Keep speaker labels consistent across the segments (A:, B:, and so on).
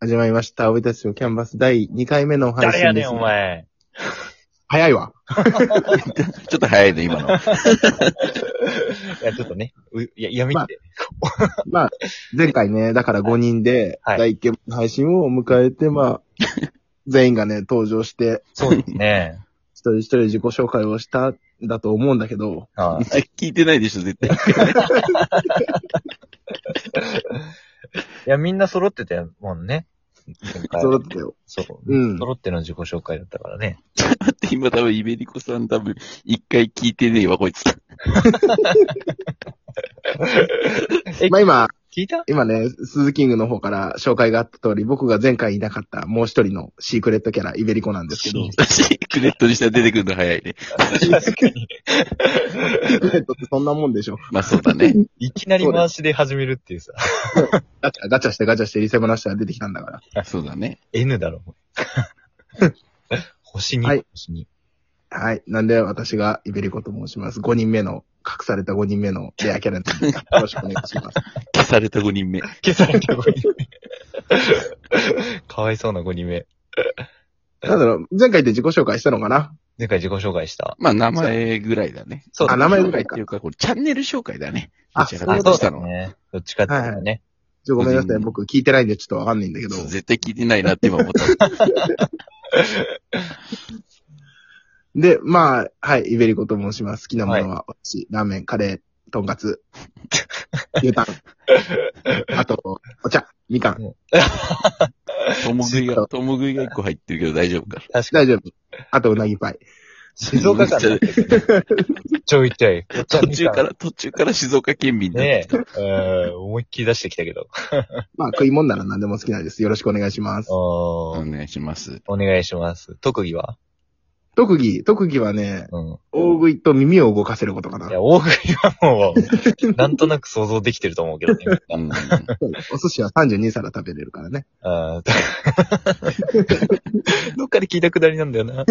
A: 始まりました。俺たちのキャンバス第2回目の配
B: 誰
A: 信
B: や
A: で
B: ね
A: す、
B: ん、お前。
A: 早いわ。
C: ちょっと早いね、今の。
B: いや、ちょっとね、ういや、嫌みって。
A: まあ、前回ね、だから5人で、
B: はい
A: 第1回目の配信を迎えて、 まあ、全員がね、登場して、
B: そうですね。
A: 一人一人自己紹介をしたんだと思うんだけど、
B: はい
C: 聞いてないでしょ、絶対。
B: いや、みんな揃ってたもんね。前回
A: 揃ってよ。
B: そう。
A: うん
B: 揃っての自己紹介だったか らね。
C: だって今多分イベリコさん多分、一回聞いてねえわ、こいつ。
B: え
A: まあ今、
B: 聞いた
A: 今ね、スズキングの方から紹介があった通り、僕が前回いなかったもう一人のシークレットキャラ、イベリコなんですけ ど、
C: シ ークレットにしたら出てくるの早いね。
B: 確かに。
A: シークレットってそんなもんでしょ。
C: まあそうだ ね。
B: いきなり回しで始めるっていうさ。
A: ガチャガチャしてガチャしてリセブナしたら出てきたんだから。
C: そうだね。
B: N だろ、お前星に、
A: はい
B: 星に。
A: はい。なんで、私がイベリコと申します。5人目の、隠された5人目のレアキャラなん で、よろしくお願いします。
C: 消された5人目。
B: 消された5人目。かわいそうな5人目。
A: なんだろう、前回で自己紹介したのかな
B: 前回自己紹介した。
C: まあ名前ぐらいだね。
B: そう
A: あ、名前ぐらいか
C: っていう。か、これチャンネル紹介だね。
A: あ
C: どちらかとしたの。
B: ね。どっちかっていうとね。
A: ちょごめんなさい。僕聞いてないんでちょっとわかんないんだけど
C: そ。う絶対聞いてないなって今思 った。
A: で、まあ、はい、イベリコと申します。好きなものは、私、ラーメン、カレー、とんか つ、牛タン、あと、お茶、みかん。
C: ともぐいが、ともぐいが1個入ってるけど大丈夫か。
B: 確か
A: 大
B: に。
A: 丈夫。あと、うなぎパイ。
B: 静岡から
C: めっち
B: ちょいちょ い。
C: ゃ 途中から、途中から静岡県民だ。
B: ねえ、うん思いっきり出してきたけど。
A: まあ、食い物なら何でも好きなんです。よろしくお願いします。
B: お
C: お願いします。
B: お願いします。特技は
A: 特技、特技はね、
B: うん。。
A: 大食いと耳を動かせることかない
B: や、大食いはもう、なんとなく想像できてると思うけどね。
C: うん
A: そうお寿司は32皿食べれるからね。
B: あー どっかで聞いたくだりなんだよな。まあ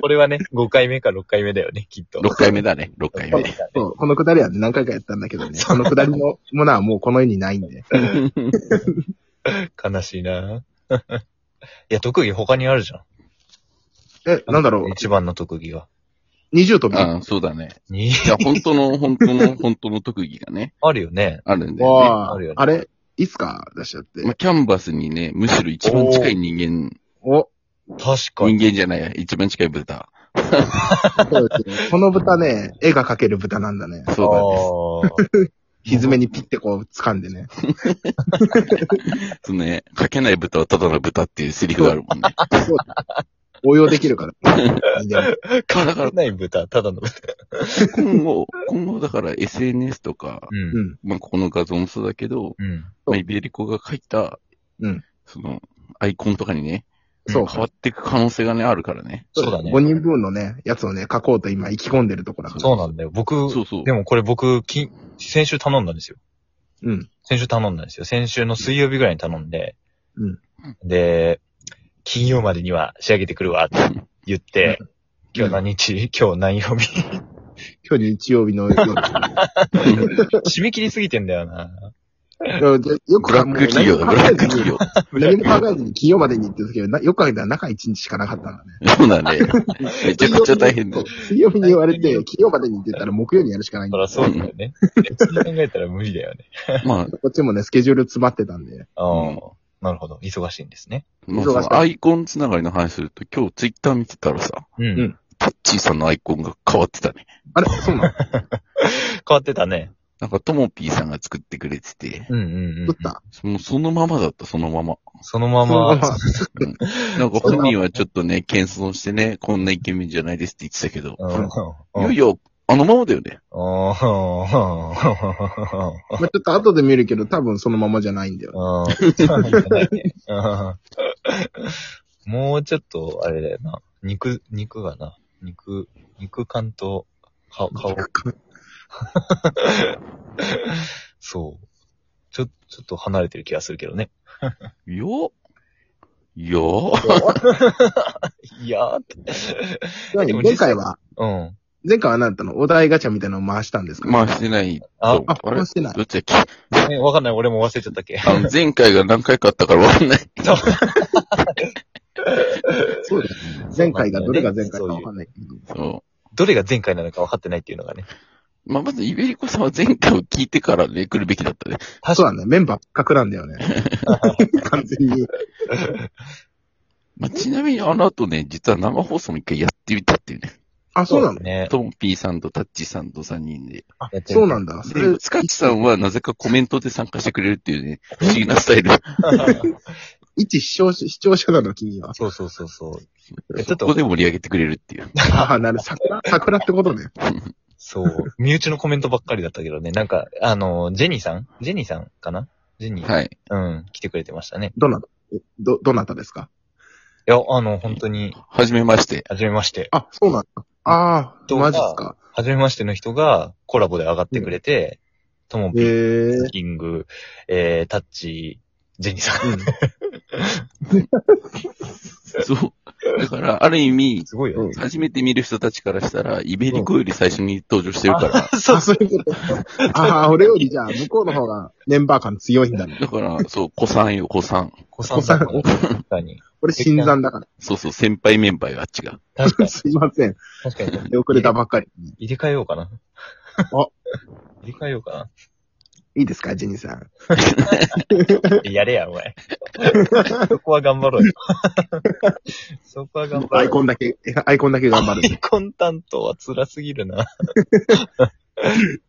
B: これはね、5回目か6回目だよね、きっと。
C: 6回目だね、6回目。
A: そう、このくだりは何回かやったんだけどね。そのくだりのものはもうこの世にないんで。
B: 悲しいな。いや、特技他にあるじゃん。
A: え、なんだろ
B: 一番の特技は。
A: う、二重飛び
C: あそうだね。
B: に、
C: いや、本当の、本当の、本当の特技がね、
B: あるよね。
C: あるんだよね。
A: わ
B: あるよね
A: あれいつか出しちゃって
C: まあ、。キャンバスにね、むしろ一番近い人間、
A: お、
B: 確か
C: 人
B: に。
C: 間じゃない、一番近い豚。
A: そうですねこの豚ね、絵が描ける豚なんだね。
C: そうだね。
B: あー
A: ひずめにピッてこう掴んでね。
C: そのね、かけない豚はただの豚っていうセリフがあるもんね。
A: 応用できるから。でも
C: だか
B: からけ ない豚、ただの豚。
C: 今後、今後だから SNS とか、
B: う。
A: うんん。
C: まあ、ここの画像もそうだけど、
B: うん。
C: まあ、イベリコが書いた、
A: うん
C: その、アイコンとかにね、
A: そう。
C: 変わっていく可能性がね、あるからね。
B: そうだね
A: 5。人分のね、やつをね、描こうと今意気込んでるところだから。
B: そうなんだよ。僕、
C: そうそう
B: で。もこれ僕、き先週頼んだんですよ。
A: うん。
B: 先週頼んだんですよ。先週の水曜日ぐらいに頼んで、
A: うん
B: で、金曜までには仕上げてくるわって言って、今日何日今日何曜 日
A: 今日日曜日の夜。
B: 締め切りすぎてんだよな。
A: よく
C: ブラック企業だ、ブラック企業。
A: 何も考えずに金曜までにって言うけど、なよく考えたら中1日しかなかったんだね。
C: そうだね。めちゃくちゃ大変だよ。
A: 水曜日に言われて、金曜までにって言ったら木曜にやるしかないん
B: そ
A: だ。
B: らそうだよね。別に考えたら無理だよね。
C: まあ、
A: こっちもね、スケジュール詰まってたんで。
B: あ
C: うん
B: あ、なるほど。忙しいんですね。
C: まあ、そ
A: 忙しかった
C: のアイコンつながりの話すると、今日ツイッター見てたらさ、
B: うん。
A: うん
C: タッチーさんのアイコンが変わってたね。
A: あれそうなの
B: 変わってたね。
C: なんか、ともぴーさんが作ってくれてて、
B: うんうんうん。
A: 作った
C: もうそのままだった、そのまま。
B: そのま
A: そのま
B: ま、
A: ま
C: なんか本人はちょっとね、謙遜してね、こんなイケメンじゃないですって言ってたけど、
B: うん
C: いやいや、あのままだよね。
B: おー
A: まあ、ちょっと後で見るけど、多分そのままじゃないんだよ。
B: うんもうちょっと、あれだよな。肉、肉がな。肉、肉感と、顔、顔。そう。ちょ、ちょっと離れてる気がするけどね。
C: よよ
B: いやーって。でも
A: 前回は、
B: うん。
A: 前回は何だったのお題ガチャみたいなのを回したんですか
C: 回してないと。
B: あ、
A: あ
C: れ
A: 回してない
C: どっちだっけ
B: えわかんない。俺も忘れちゃったっけ。
C: あの、前回が何回かあったからわかんない。
A: そうです。前回が、どれが前回かわかんない。
C: そう。
B: どれが前回なのか分かってないっていうのがね。
C: まあ、まず、イベリコさんは前回を聞いてからね、来るべきだったね。
A: そうなんだよ。メンバー格なんだよね。完全に。
C: まあ、ちなみにあの後ね、実は生放送も一回やってみたっていうね。
A: あ、そうなの
B: ね。
C: トンピーさんとタッチさんと3人で。
A: そうなんんだ。それ、
C: で、スカッチさんはなぜかコメントで参加してくれるってい うね、不思議なスタイル。
B: だ。
A: 一視聴者視聴者なの君は。
B: そうそうそうそう。えちょ
C: そ
B: っと
C: こで盛り上げてくれるっていう。
A: ああ、なる。桜、桜ってことね。
B: そう。身内のコメントばっかりだったけどね。なんか、あの、ジェニーさんジェニーさんかなジェニー、
C: はい。
B: うん。来てくれてましたね。
A: どなた、えど、どなたですか
B: いや、あの、本当に、
C: はじめまして。
B: はじめまして。
A: あ、そうなんだ。ああ、
B: どうか
A: マジっすか。
B: はじめましての人がコラボで上がってくれて、とも
A: え
B: ぴ、
A: え
B: キング、えー、タッチ、ジェニーさん。
C: そう。だから、ある意味、
B: すごいよね。
C: 初めて見る人たちからしたら、イベリコより最初に登場してるから、
B: そう
A: あ、そういうこと。ああ、俺よりじゃあ、向こうの方がメンバー感強いんだね。
C: だから、そう、子さんよ、子さん。
B: 子さんだから、確かに。
A: 俺、新参だから。
C: そうそう、先輩メンバーよ、あっちが。
B: 確 かに。
A: すいません。
B: 確かに。
A: 出遅れたばっかり。
B: 入れ替えようかな。
A: あ
B: 入れ替えようか
A: いいですか、ジェニーさん。
B: な。やれや、お前。そこは頑張ろ うよ。そこは頑張ろう
A: アイコンだけ、アイコンだけ頑張る。
B: アイコン担当は辛すぎるな。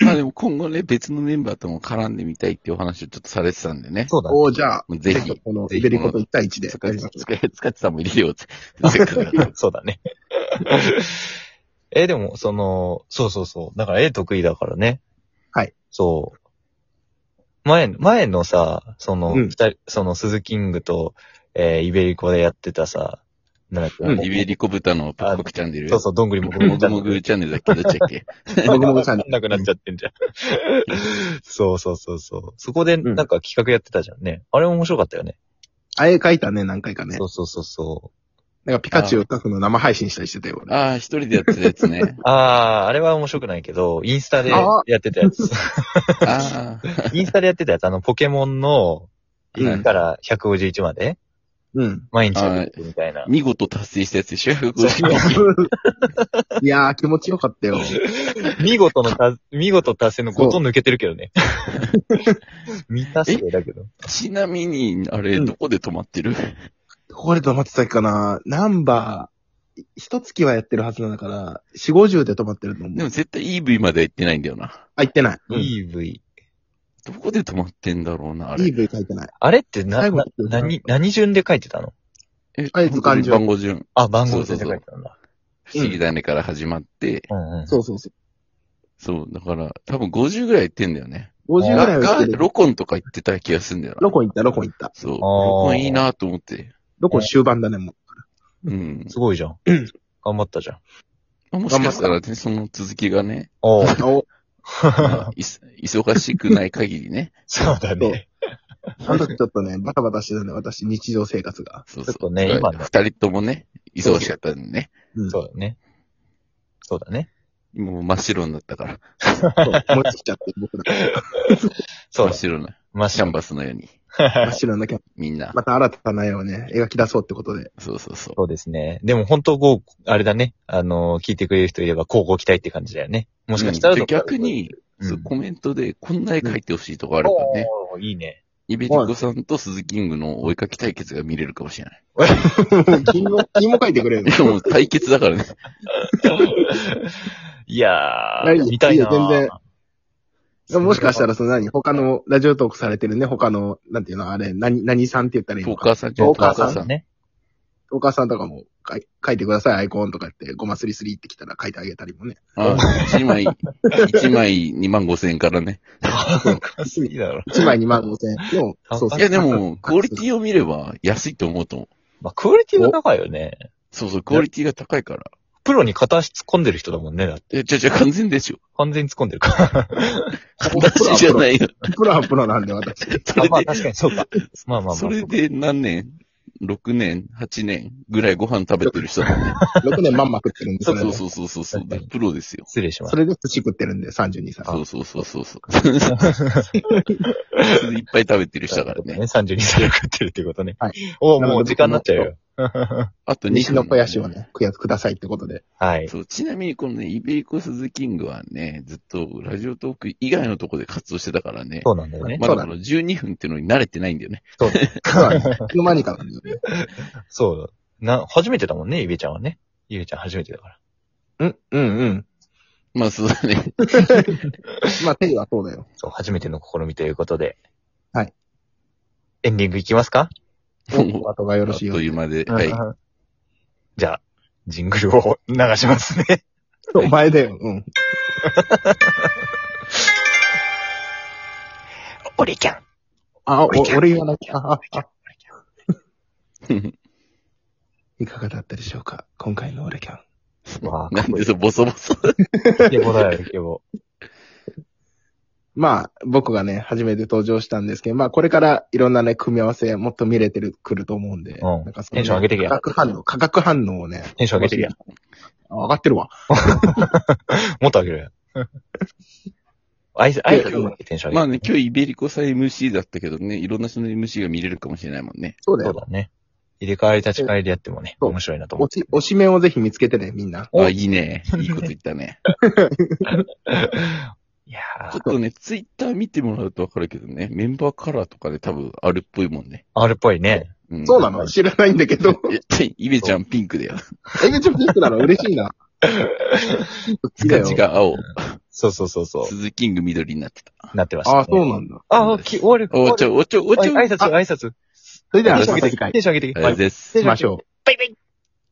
C: まあでも今後ね、別のメンバーとも絡んでみたいっていうお話をちょっとされてたんでね。
B: そうだね。
A: おーじゃあ、
C: ぜひ
A: ちょっとこの、イベリコと1対1で。
C: つ かつかつかちさんも入れようって。せっかくだから
B: そうだね。え、でも、その、そうそうそう。だから絵得意だからね。
A: はい。
B: そう。前、前のさ、その、
A: う
B: 二、
A: ん
B: 人、その、鈴キングと、えーイベリコでやってたさ、なんだっけ、
A: うん
C: イベリコ豚のパクパクチャンネル。
B: そうそう、どんぐりもぐ
C: もぐもぐチャンネルだっけどっちだっ け
A: もぐもぐチャンネル
B: なくなっちゃってんじゃん。そうそうそうそう。そこで、
A: ん
B: なんか企画やってたじゃんね。あれも面白かったよね。
A: あ絵描いたね、何回かね
B: そ。うそうそうそ
A: なんかピカチュウを描くの生配信したりしてたよ、俺。
C: ああ、一人でやってたやつね
B: う。。あー、あれは面白くないけど、インスタで
A: あ
B: やってたやつ。
C: ああ。
B: インスタでやってたやつ、あの、ポケモンの、
A: うん
B: 1から151まで、
A: うん。
B: 毎日やってるみたいな。
C: 見事達成したやつでしょ
B: そ
A: いやー、気持ちよかったよ。
B: 見事のた、見事達成のこと抜けてるけ どね。見たせだけど。
C: ちなみに、あ
A: う
C: れ、
A: ん
C: どこで止まってる
A: どこで止まってたっけかなナンバー、い一月はやってるはずだから、四五十で止まってると思
C: で
A: う。
C: も絶対 EV までは行ってないんだよな。
A: あ、行ってない。うん
B: EV。
C: どこで止まってんだろうな、あれ。
A: EV 書いてない。
B: あれってな、
A: 最後
B: な何、何順で書いてたの
C: え
A: あれ図鑑順
C: 番号順。
B: あ、番号順で書いてたんだ。
C: 不思議だねから始まって、
B: うんうん。
A: そうそうそう。
C: そう、だから、多分50ぐらい行ってんだよね。
A: 五十ぐらいは行っ
C: が
A: てる。
C: ロコンとか行ってた気がするんだよな
A: ロ。コン行った、ロコン行った。
C: そ
B: あ
C: う。ロ
B: ー
C: コンいいなと思って。
A: ロコン終盤だね、もう。
C: うん。
B: すごいじ ゃん。頑張ったじゃん。
C: もしかしたらね、その続きが ね、
B: おお。
A: お、
C: い忙しくない限 りね。
B: そうだね。
A: あの時ちょっとね、バタバタしてたね、私、日常生活が。
C: そう
B: ちょ
C: そ
B: っ
C: う。
B: とね今の
C: 二人ともね、忙しかったんでね。
A: うん。
B: そうだね。そうだね。
C: 今もう真っ白になったから。
A: そう思いつきちゃって、 僕ら。
B: そう
C: 真
B: だ
C: っ。白な。
B: マ
C: キャンバスのように。
A: 真っ白なキャン
C: みんな。
A: また新たな絵をね、描き出そうってことで。
C: そうそうそう。
B: そうですね。でも本当、こう、あれだね。あの、聞いてくれる人いれば、こうご期待って感じだよね。もしかしたら、
C: で逆、に、
B: うん
C: そうコメントでこんな絵描いてほしいとかあるからね。
B: おーいいね。
C: イベリコさんと鈴キングのお絵描き対決が見れるかもしれない。
A: 金も、金も書いてくれるの
C: でも対決だからね。
B: いや
A: いやいい
B: ー、
A: よ
B: 見たいなー
A: いいよ全然でももしかしたら、その何他の、ラジオトークされてるね、他の、なんていうの、あれ、何、何さんって言ったらいい
C: ト
A: の
C: ー
A: か。
C: カーさんじゃん、
A: トーカーさん
C: ト
B: ね。
A: お母さんとかも書い書いてください、アイコンとか言って、ごますりすりってきたら書いてあげたりもね。
C: ああ、一枚、一枚2万5千円からね。
B: 高すぎだろ。
A: 1枚2万5千円。でも、
B: 高い
A: そうそう。
C: いや でも、クオリティを見れば安いと思うと思う。
B: まあ、クオリティが高いよね。
C: そうそう、クオリティが高いから。
B: プロに片足突っ込んでる人だもんね。だって
C: え、じゃじゃ完全でしょ。
B: 完全に突っ込 んでるから。
C: 形じゃないよ。
A: プロはプロなんで、私。
C: そ
B: あ
C: れ
B: まあ、
C: で、
B: 確かにそうか。まあまあまあ。
C: それで何年6年、8年ぐらいご飯食べてる人だもんね。
A: 6年まんま食ってるんで、
C: そ
A: それ
C: う
A: で。
C: そうそうそうそう
B: 確かに。
C: プロですよ。
B: 失礼しま
A: そ
B: す。
A: れで寿司食ってるんで、32歳。
C: そうそうそうそう そう。いっぱい食べてる人だからね。
B: 32歳食ってるってことね。
A: はい
B: おもう時間になっちゃうよ。
C: あと
A: 西
C: 西
A: の肥やしをね、くやくださいってことで。
B: はい。
C: そう、ちなみにこのね、イベリコ・スズキングはね、ずっとラジオトーク以外のとこで活動してたからね。
B: そうなんだよね。
C: まだこ
A: そう
C: の12分っていうのに慣れてないんだよね。
B: そうだ。
A: そうなんです。いつの間にかなんだよね。
B: そうだ。な、初めてだもんね、イベちゃんはね。イベちゃん初めてだか
A: う
B: ら。
A: ん、うん、うん。
C: まあそうだね。
A: まあ、テイはそうだ よ。
B: そう、初めての試みということで。
A: はい。
B: エンディングいきますか
C: もう
A: お後がよ
C: あ
A: ろ
C: っ
A: し
C: と
A: いようで。
C: いう間で。はい。
B: うんじゃあ、ジングルを流しますね。
A: そう、前だよ。うん。
B: オリキャン。
A: あ、お
B: 俺キャン
A: 俺言わなきゃ。あああいかがだったでしょうか今回の俺キャン。
B: わあ、
C: なんでそう、ボソボソ。
B: イケボだよ、イケボ。
A: まあ、僕がね、初めて登場したんですけど、まあ、これからいろんなね、組み合わせもっと見れてる、くると思うんで。
B: うん
A: なんかそ
B: テ
A: のね
B: ンション上げてけや
A: 化学反応、化学反応をね。
B: テンション上げてるやん。
A: あ上がってるわ。
B: もっと上げるやん。あいつ、あいつ、テンション上げる。
C: まあね、今日イベリコさん MC だったけどね、いろんな人の MC が見れるかもしれないもんね。
A: そうだ
B: そう
A: よ。
B: だね。入れ替わり立ち替わりでやってもね、
A: そう
B: 面白いなと思
A: お
B: って。
A: し、おしめをぜひ見つけてね、みんな。
B: お
C: あ、いいね。いいこと言った ね。
B: いや
C: ち
B: ー
C: ょっ、とね、ツイッター見てもらうとわかるけどね、メンバーカラーとかで多分あるっぽいもんね。
B: あるっぽいね。
C: ん
A: そうなの知らないんだけ ど。
C: いやイベちゃんピンクだよ。
A: え、めちゃピンクなの嬉しいな。好きだよ。
C: 違う、青。
B: そうそうそうそ
C: 鈴キング緑になってた。
B: う。なってました、ね。
A: ああ、そうなんだ。
B: あ、き終わる。
C: おちょ、おちょ、おちょ。
B: 挨拶、挨拶。
A: それでは、
B: テン
A: ま
B: ショ
A: た次
B: ン上げて、
A: 回
B: テンション上げて。
C: ありがとうございます。
A: しましょう。
B: バイバイ。